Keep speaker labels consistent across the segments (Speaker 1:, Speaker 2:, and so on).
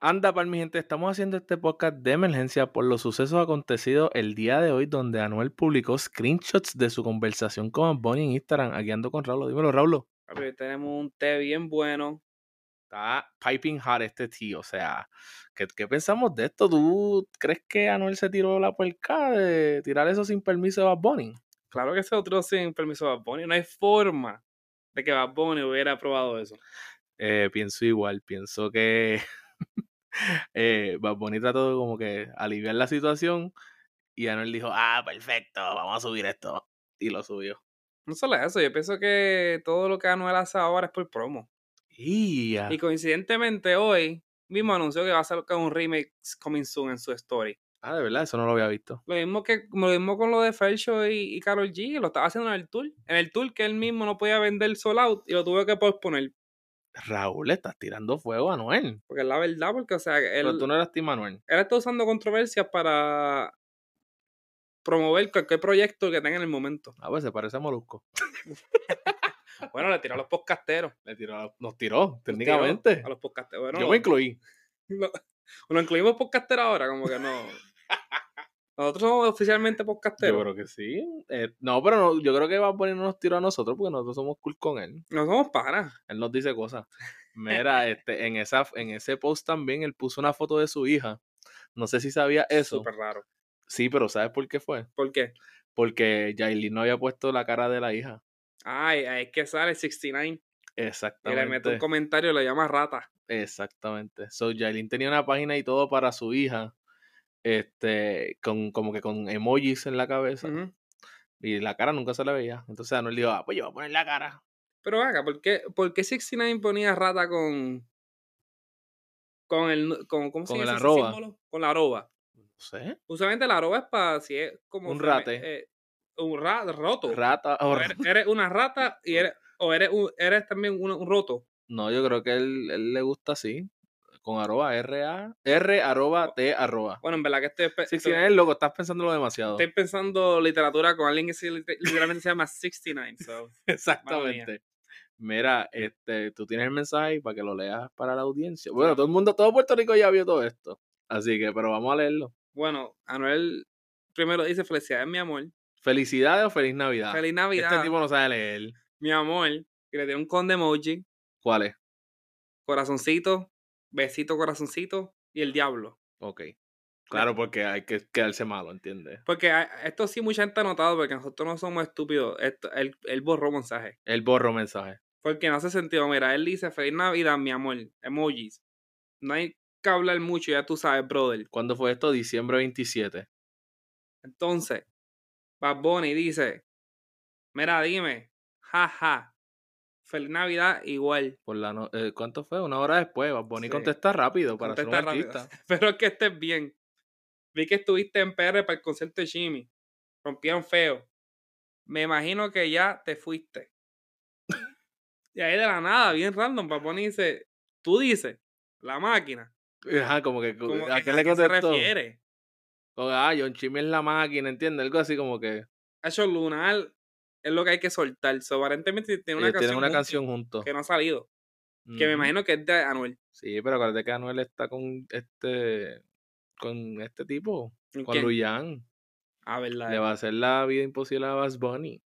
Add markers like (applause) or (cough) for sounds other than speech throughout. Speaker 1: Anda, para mi gente, estamos haciendo este podcast de emergencia por los sucesos acontecidos el día de hoy, donde Anuel publicó screenshots de su conversación con Bonnie en Instagram. Aquí ando con Raulo. Dímelo, Raulo.
Speaker 2: Papi, hoy tenemos un té bien bueno.
Speaker 1: Está piping hot este tío. O sea, ¿qué, qué pensamos de esto? ¿Tú crees que Anuel se tiró la puerca de tirar eso sin permiso de Bad Bunny?
Speaker 2: Claro que ese otro sin permiso de Bad Bunny. No hay forma de que Bad Bunny hubiera aprobado eso.
Speaker 1: Eh, pienso igual. Pienso que (laughs) eh, Bad Bunny trató de como que aliviar la situación y Anuel dijo, ah, perfecto, vamos a subir esto. Y lo subió.
Speaker 2: No solo eso, yo pienso que todo lo que Anuel hace ahora es por promo.
Speaker 1: Y,
Speaker 2: Y coincidentemente hoy mismo anunció que va a sacar un remake coming soon en su story.
Speaker 1: ah, de verdad, eso no lo había visto.
Speaker 2: Lo mismo que lo mismo con lo de Fercho y, y Karol G, lo estaba haciendo en el tour. En el tour que él mismo no podía vender sold out y lo tuvo que posponer.
Speaker 1: Raúl, le estás tirando fuego a Anuel.
Speaker 2: Porque es la verdad, porque o sea, él,
Speaker 1: Pero tú no eras Team Manuel.
Speaker 2: él está usando controversias para promover cualquier proyecto que tenga en el momento.
Speaker 1: A ver, Ah, pues, se parece a Molusco. Ah,
Speaker 2: Bueno, le tiró a los podcasteros.
Speaker 1: Le tiró a- nos tiró,
Speaker 2: Los
Speaker 1: técnicamente.
Speaker 2: tiró A los podcasteros. Bueno,
Speaker 1: Yo me
Speaker 2: (laughs)
Speaker 1: incluí.
Speaker 2: lo, lo incluimos podcasteros ahora, como que
Speaker 1: (laughs)
Speaker 2: no. Nosotros somos oficialmente podcasteros.
Speaker 1: Yo creo que sí. Eh, no, pero no, yo creo que va a poner unos tiros a nosotros porque nosotros somos cool con él.
Speaker 2: No somos panas.
Speaker 1: Él nos dice cosas. Mira, este, en, esa, en ese post también él puso una foto de su hija. No sé si sabía eso.
Speaker 2: Súper raro.
Speaker 1: Sí, pero ¿sabes por qué fue?
Speaker 2: ¿Por qué?
Speaker 1: Porque Yailin no había puesto la cara de la hija.
Speaker 2: Ay, ay, es que sale 69 y
Speaker 1: Exactamente.
Speaker 2: le mete un comentario y le llama rata.
Speaker 1: Exactamente. So, Yailin tenía una página y todo para su hija. Este, con, como que con emojis en la cabeza.
Speaker 2: Ujú.
Speaker 1: Y la cara nunca se le veía. Entonces Anuel dijo, ah, pues yo voy a poner la cara.
Speaker 2: Pero haga, ¿por qué, ¿por qué 69 ponía rata con. con el. Con, ¿Cómo se
Speaker 1: Con el
Speaker 2: dice ese
Speaker 1: arroba.
Speaker 2: símbolo? Con la arroba.
Speaker 1: No sé.
Speaker 2: Usualmente la arroba es para si es como.
Speaker 1: Un
Speaker 2: feme-
Speaker 1: rate.
Speaker 2: eh, un ra- roto.
Speaker 1: Rata. o
Speaker 2: O
Speaker 1: ra-
Speaker 2: eres, eres
Speaker 1: (laughs)
Speaker 2: una rata y eres. O eres, un- eres también un, un roto.
Speaker 1: No, yo creo que él, él le gusta así. Con arroba R A. R arroba T arroba.
Speaker 2: Bueno, en verdad que estoy, pe-
Speaker 1: Sí, sí,
Speaker 2: estoy,
Speaker 1: es loco, estás pensándolo demasiado.
Speaker 2: estoy pensando literatura con alguien que se lit- literalmente se llama 69. So.
Speaker 1: (laughs) Exactamente. Mira, este, tú tienes el mensaje para que lo leas para la audiencia. Bueno, todo el mundo, todo Puerto Rico ya vio todo esto. Así que, pero vamos a leerlo.
Speaker 2: Bueno, Anuel primero dice: Felicidades, mi amor.
Speaker 1: Felicidades o feliz Navidad.
Speaker 2: Feliz Navidad,
Speaker 1: Este tipo no sabe leer.
Speaker 2: mi amor. Y le dio un con de emoji,
Speaker 1: ¿Cuál es?
Speaker 2: corazoncito, besito, corazoncito y el diablo.
Speaker 1: Ok. Claro, porque hay que quedarse malo, ¿entiendes?
Speaker 2: Porque a- esto sí mucha gente ha notado, porque nosotros no somos estúpidos. Esto, él, él borró mensaje.
Speaker 1: Él borró mensaje.
Speaker 2: Porque no hace sentido. Mira, él dice: Feliz Navidad, mi amor. Emojis. No hay que hablar mucho, ya tú sabes, brother.
Speaker 1: ¿Cuándo fue esto? Diciembre 27.
Speaker 2: Entonces, Bad Bunny dice, mira, dime, jaja, feliz Navidad igual.
Speaker 1: Por la no- eh, ¿Cuánto fue? Una hora después. Bad Bunny
Speaker 2: Sí.
Speaker 1: contesta rápido para ser un
Speaker 2: Contesta rápido.
Speaker 1: artista. (laughs)
Speaker 2: (laughs) Espero que estés bien. Vi que estuviste en PR para el concierto de Jimmy. Rompieron feo. Me imagino que ya te fuiste. y ahí de la nada, bien random, Bad Bunny dice, tú dices, la máquina.
Speaker 1: Ajá, como que.
Speaker 2: Como
Speaker 1: ¿A
Speaker 2: que,
Speaker 1: qué le
Speaker 2: se
Speaker 1: contestó?
Speaker 2: refiere?
Speaker 1: Como, ah, John Chimmy es la máquina, ¿entiendes? Algo así como que.
Speaker 2: Hecho lunar es lo que hay que soltar. So, aparentemente tiene una
Speaker 1: ellos tienen una
Speaker 2: juntos
Speaker 1: canción juntos.
Speaker 2: que no ha salido. Que
Speaker 1: Ujú.
Speaker 2: me imagino que es de Anuel.
Speaker 1: Sí, pero acuérdate que Anuel está con este. Con este tipo.
Speaker 2: ¿Con
Speaker 1: Con
Speaker 2: quién?
Speaker 1: Luyan.
Speaker 2: Ah, verdad.
Speaker 1: Le va a hacer la vida imposible a Bad Bunny.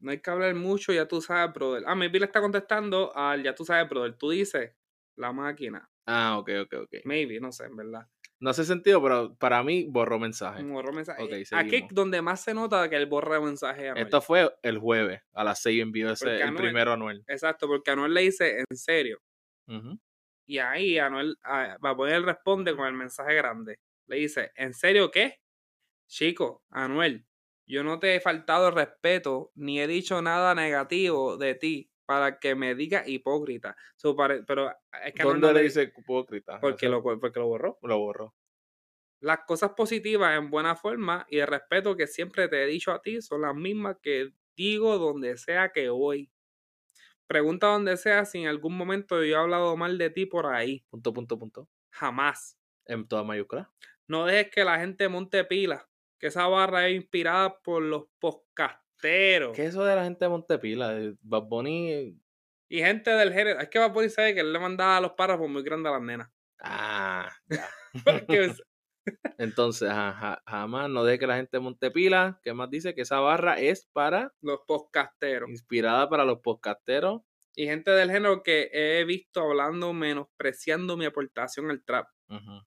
Speaker 2: No hay que hablar mucho, ya tú sabes, brother. Ah, maybe le está contestando al ya tú sabes, brother. Tú dices la máquina.
Speaker 1: Ah, ok, ok, ok.
Speaker 2: Maybe, no sé, en verdad.
Speaker 1: No hace sentido, pero para mí borró mensaje.
Speaker 2: Borró mensaje.
Speaker 1: Ok,
Speaker 2: Aquí es
Speaker 1: seguimos.
Speaker 2: donde más se nota que él borra mensaje a Anuel.
Speaker 1: Esto fue el jueves a las 6 envió ese,
Speaker 2: Porque
Speaker 1: el
Speaker 2: Anuel-
Speaker 1: primero Anuel.
Speaker 2: Exacto, porque Anuel le dice en serio.
Speaker 1: Ujú.
Speaker 2: Y ahí Anuel, ah, va a poner responde con el mensaje grande. Le dice, ¿en serio qué? Chico, Anuel, yo no te he faltado el respeto ni he dicho nada negativo de ti para que me digas hipócrita. So, pare- pero es que Anuel
Speaker 1: ¿Dónde
Speaker 2: no
Speaker 1: le
Speaker 2: le-
Speaker 1: dice hipócrita?
Speaker 2: porque
Speaker 1: Eso
Speaker 2: lo, porque lo borró.
Speaker 1: lo borró.
Speaker 2: Las cosas positivas en buena forma y el respeto que siempre te he dicho a ti son las mismas que digo donde sea que voy. Pregunta donde sea si en algún momento yo he hablado mal de ti por ahí.
Speaker 1: Punto, punto, punto.
Speaker 2: Jamás.
Speaker 1: En toda mayúscula.
Speaker 2: No dejes que la gente monte pila, que esa barra es inspirada por los podcasteros.
Speaker 1: ¿Qué es eso de la gente de Montepila? De Bad Bunny
Speaker 2: Y gente del género. Es que Bad Bunny sabe que él le mandaba los párrafos muy grandes a las nenas. (laughs)
Speaker 1: Ah, ya. (laughs)
Speaker 2: Porque
Speaker 1: Entonces, ajá, ja- jamás no deje que la gente monte pila. ¿Qué más dice? Que esa barra es para,
Speaker 2: los podcasteros.
Speaker 1: inspirada para los podcasteros.
Speaker 2: Y gente del género que he visto hablando, menospreciando mi aportación al trap.
Speaker 1: Ujú.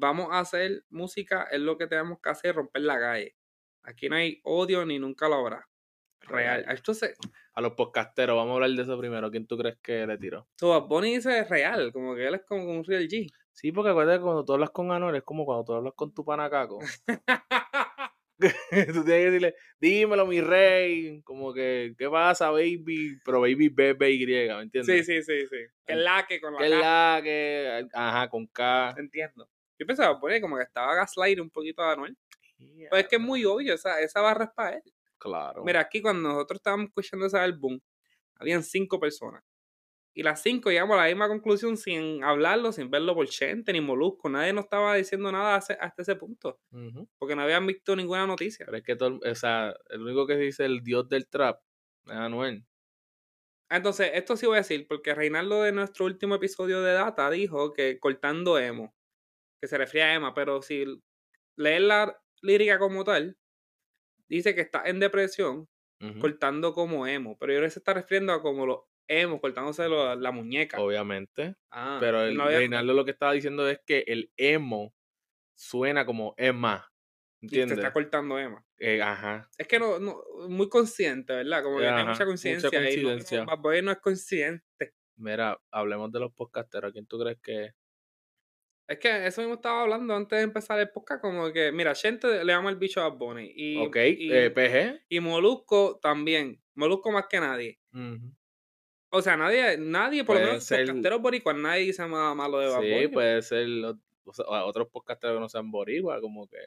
Speaker 2: Vamos a hacer música, es lo que tenemos que hacer, romper la calle. Aquí no hay odio ni nunca lo habrá. Real. Entonces,
Speaker 1: A los podcasteros, vamos a hablar de eso primero. ¿Quién tú crees que le tiró?
Speaker 2: So, Bad Bunny dice real, como que él es como un real G. (laughs)
Speaker 1: Sí, porque acuérdate que cuando tú hablas con Anuel es como cuando tú hablas con tu pana
Speaker 2: (laughs)
Speaker 1: Caco. (laughs) tú tienes que decirle, dímelo, mi rey. Como que, ¿qué pasa, baby? Pero baby, bebé, Y, ¿me
Speaker 2: sí,
Speaker 1: entiendes?
Speaker 2: sí, sí, sí. Que la que con la
Speaker 1: Que es
Speaker 2: K.
Speaker 1: la que. Ajá, con K.
Speaker 2: Entiendo. Yo pensaba Bad Bunny como que estaba gaslighting un poquito a Anuel. Pero Pues es que es muy obvio, esa, esa barra es para él.
Speaker 1: Claro.
Speaker 2: Mira, aquí cuando nosotros estábamos escuchando ese álbum, habían cinco personas. Y las cinco llegamos a la misma conclusión sin hablarlo, sin verlo por Chente ni Molusco. Nadie nos estaba diciendo nada hace- hasta ese punto.
Speaker 1: Ujú.
Speaker 2: Porque no habían visto ninguna noticia.
Speaker 1: Pero es que todo, el- o sea, el único que dice el dios del trap es Anuel.
Speaker 2: Ah, Entonces, esto sí voy a decir, porque Reinaldo de nuestro último episodio de Data dijo que cortando emo, que se refiere a Emma, pero si lees la lírica como tal, dice que está en depresión
Speaker 1: Ujú.
Speaker 2: cortando como emo, pero yo creo que se está refiriendo a como los emos cortándose lo- la muñeca.
Speaker 1: Obviamente.
Speaker 2: Ah,
Speaker 1: Pero
Speaker 2: él
Speaker 1: el
Speaker 2: no había-
Speaker 1: Reinaldo lo que estaba diciendo es que el emo suena como Emma.
Speaker 2: y se
Speaker 1: ¿Entiendes?
Speaker 2: está cortando emo.
Speaker 1: Eh, ajá.
Speaker 2: Es que no, no- muy consciente, ¿verdad? Como que
Speaker 1: Ajá,
Speaker 2: tiene mucha
Speaker 1: mucha
Speaker 2: conciencia. ahí, no-
Speaker 1: coincidencia.
Speaker 2: Bad Bunny no es consciente.
Speaker 1: Mira, hablemos de los podcasteros. ¿Quién tú crees que es?
Speaker 2: Es que eso mismo estaba hablando antes de empezar el podcast, como que, mira, gente le llama el bicho a Bad Bunny. Y,
Speaker 1: ok,
Speaker 2: y-
Speaker 1: eh, PG.
Speaker 2: y Molusco también. Molusco más que nadie.
Speaker 1: Ujú.
Speaker 2: O sea, nadie, nadie por lo
Speaker 1: Puede
Speaker 2: menos
Speaker 1: ser-
Speaker 2: los casteros boricuas, nadie dice nada malo de
Speaker 1: Sí,
Speaker 2: Bad
Speaker 1: pues,
Speaker 2: Bunny. pues.
Speaker 1: puede ser lo- o sea, a otros podcasteros que no sean boricua, como que.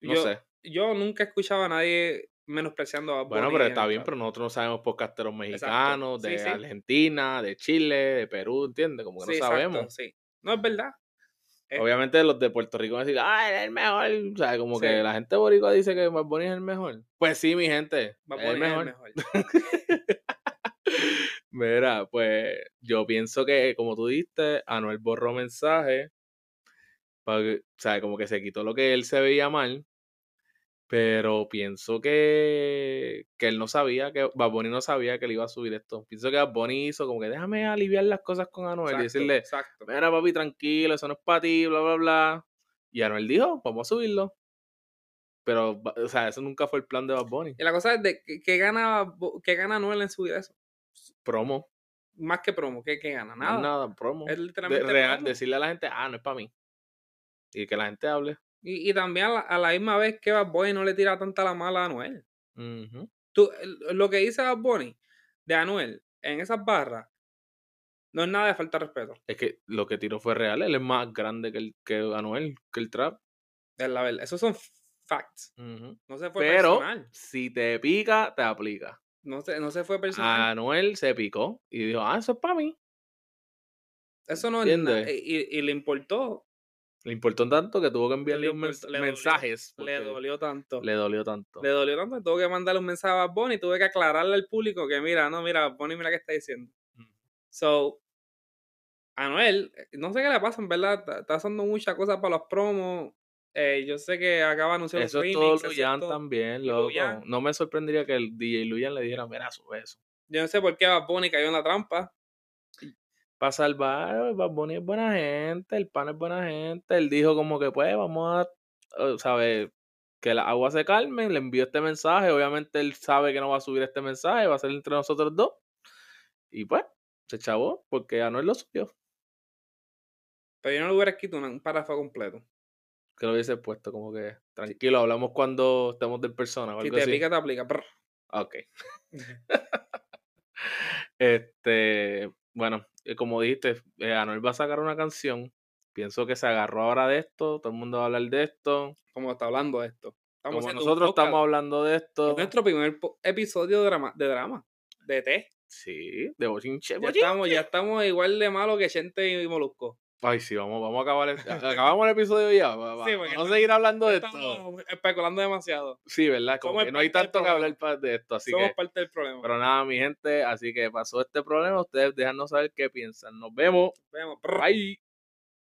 Speaker 1: No
Speaker 2: yo,
Speaker 1: sé.
Speaker 2: yo nunca he escuchado a nadie menospreciando a Bad Bunny.
Speaker 1: Bueno, pero
Speaker 2: en
Speaker 1: está
Speaker 2: el
Speaker 1: bien,
Speaker 2: trap.
Speaker 1: pero nosotros no sabemos podcasteros mexicanos,
Speaker 2: Sí,
Speaker 1: de
Speaker 2: sí.
Speaker 1: Argentina, de Chile, de Perú, ¿entiendes? Como que
Speaker 2: Sí,
Speaker 1: no
Speaker 2: exacto,
Speaker 1: sabemos.
Speaker 2: sí. No es verdad. Eh.
Speaker 1: Obviamente los de Puerto Rico van a decir, ah, eres el mejor. O sea, como
Speaker 2: Sí.
Speaker 1: que la gente boricua dice que Bad Bunny es el mejor. Pues sí, mi gente,
Speaker 2: Bad
Speaker 1: es el
Speaker 2: Bunny es
Speaker 1: mejor.
Speaker 2: el
Speaker 1: (laughs)
Speaker 2: mejor.
Speaker 1: Mira, pues yo pienso que, como tú diste, Anuel borró mensaje. pa' que- o sea, como que se quitó lo que él se veía mal. Pero pienso que, que él no sabía, que Bad Bunny no sabía que le iba a subir esto. Pienso que Bad Bunny hizo como que déjame aliviar las cosas con Anuel y
Speaker 2: Exacto,
Speaker 1: decirle,
Speaker 2: exacto.
Speaker 1: mira papi, tranquilo, eso no es para ti, bla, bla, bla. Y Anuel dijo, vamos a subirlo. Pero, ba- o sea, eso nunca fue el plan de Bad Bunny.
Speaker 2: Y la cosa es de que, que gana, Bo- que gana Anuel en subir eso.
Speaker 1: Promo.
Speaker 2: Más que promo, que, que gana
Speaker 1: Nada.
Speaker 2: nada.
Speaker 1: Nada, promo.
Speaker 2: Es
Speaker 1: de-
Speaker 2: literalmente
Speaker 1: real-
Speaker 2: promo.
Speaker 1: decirle a la gente, ah, no es para mí. Y que la gente hable.
Speaker 2: Y, y también a la, a la misma vez que Bad Bunny no le tira tanta la mala a Anuel.
Speaker 1: Ujú.
Speaker 2: Tú, el- lo que dice Bad Bunny de Anuel en esas barras no es nada de falta de respeto.
Speaker 1: Es que lo que tiró fue real. Él es más grande que, el, que Anuel, que el trap.
Speaker 2: Es la verdad. Esos son facts.
Speaker 1: Ujú.
Speaker 2: No se fue
Speaker 1: Pero
Speaker 2: personal.
Speaker 1: si te pica, te aplica.
Speaker 2: No se, no se fue personal.
Speaker 1: Anuel se picó y dijo, ah, eso es para mí.
Speaker 2: eso no es nada.
Speaker 1: entiende.
Speaker 2: Y, y- y le importó.
Speaker 1: Le importó tanto que tuvo que enviarle
Speaker 2: Le
Speaker 1: un mens-
Speaker 2: importó- le dolió,
Speaker 1: mensajes.
Speaker 2: Le
Speaker 1: porque
Speaker 2: dolió tanto.
Speaker 1: le dolió tanto.
Speaker 2: Le dolió tanto, tuve que mandarle un mensaje a Bad Bunny, tuve que aclararle al público que mira, no, mira, Bad Bunny, mira qué está diciendo.
Speaker 1: Mm.
Speaker 2: So, Anuel, eh, no sé qué le pasa, en verdad, está- está haciendo muchas cosas para los promos. eh, yo sé que acaba de anunciar
Speaker 1: Eso
Speaker 2: un
Speaker 1: es
Speaker 2: remix.
Speaker 1: todo
Speaker 2: es
Speaker 1: Luyan
Speaker 2: cierto.
Speaker 1: también,
Speaker 2: Y
Speaker 1: loco.
Speaker 2: Luyan.
Speaker 1: No me sorprendería que el DJ Luyan le dijera, mira, sube eso.
Speaker 2: Yo no sé por qué Bad Bunny cayó en la trampa.
Speaker 1: Para salvar, Bad Bunny es buena gente, el pan es buena gente. Él dijo como que, pues, vamos a, eh, ¿sabes? Que la agua se calmen, le envió este mensaje. Obviamente él sabe que no va a subir este mensaje, va a ser entre nosotros dos. Y pues, se chavó, porque Anuel lo subió.
Speaker 2: Pero yo no le hubiera escrito una- un párrafo completo.
Speaker 1: Que lo hubiese puesto como que, tranquilo, hablamos cuando estemos de persona o
Speaker 2: Si
Speaker 1: algo
Speaker 2: te
Speaker 1: así.
Speaker 2: aplica, te aplica. brr.
Speaker 1: Ah, Ok. (laughs) Este, bueno, eh, como dijiste, eh, Anuel va a sacar una canción. Pienso que se agarró ahora de esto, todo el mundo va a hablar de esto.
Speaker 2: Como está hablando de esto. Estamos
Speaker 1: como
Speaker 2: haciendo un
Speaker 1: nosotros
Speaker 2: podcast.
Speaker 1: estamos hablando de esto.
Speaker 2: Es nuestro primer po- episodio de drama, de drama, de té.
Speaker 1: Sí, de bochinche, bochinche.
Speaker 2: Ya
Speaker 1: (laughs)
Speaker 2: estamos, ya estamos igual de malo que gente y Molusco.
Speaker 1: Ay, sí, vamos, vamos a acabar. el- acabamos el episodio ya. va- va-
Speaker 2: Sí, porque
Speaker 1: vamos a seguir hablando de esto.
Speaker 2: Estamos especulando demasiado.
Speaker 1: Sí, ¿verdad? Como
Speaker 2: somos
Speaker 1: que no hay
Speaker 2: parte del
Speaker 1: tanto que
Speaker 2: programa.
Speaker 1: hablar pa- de esto. Así
Speaker 2: Somos
Speaker 1: que.
Speaker 2: parte del problema.
Speaker 1: Pero nada, mi gente. Así que pasó este problema. Ustedes déjanos saber qué piensan. Nos vemos.
Speaker 2: Vemos.
Speaker 1: Bye.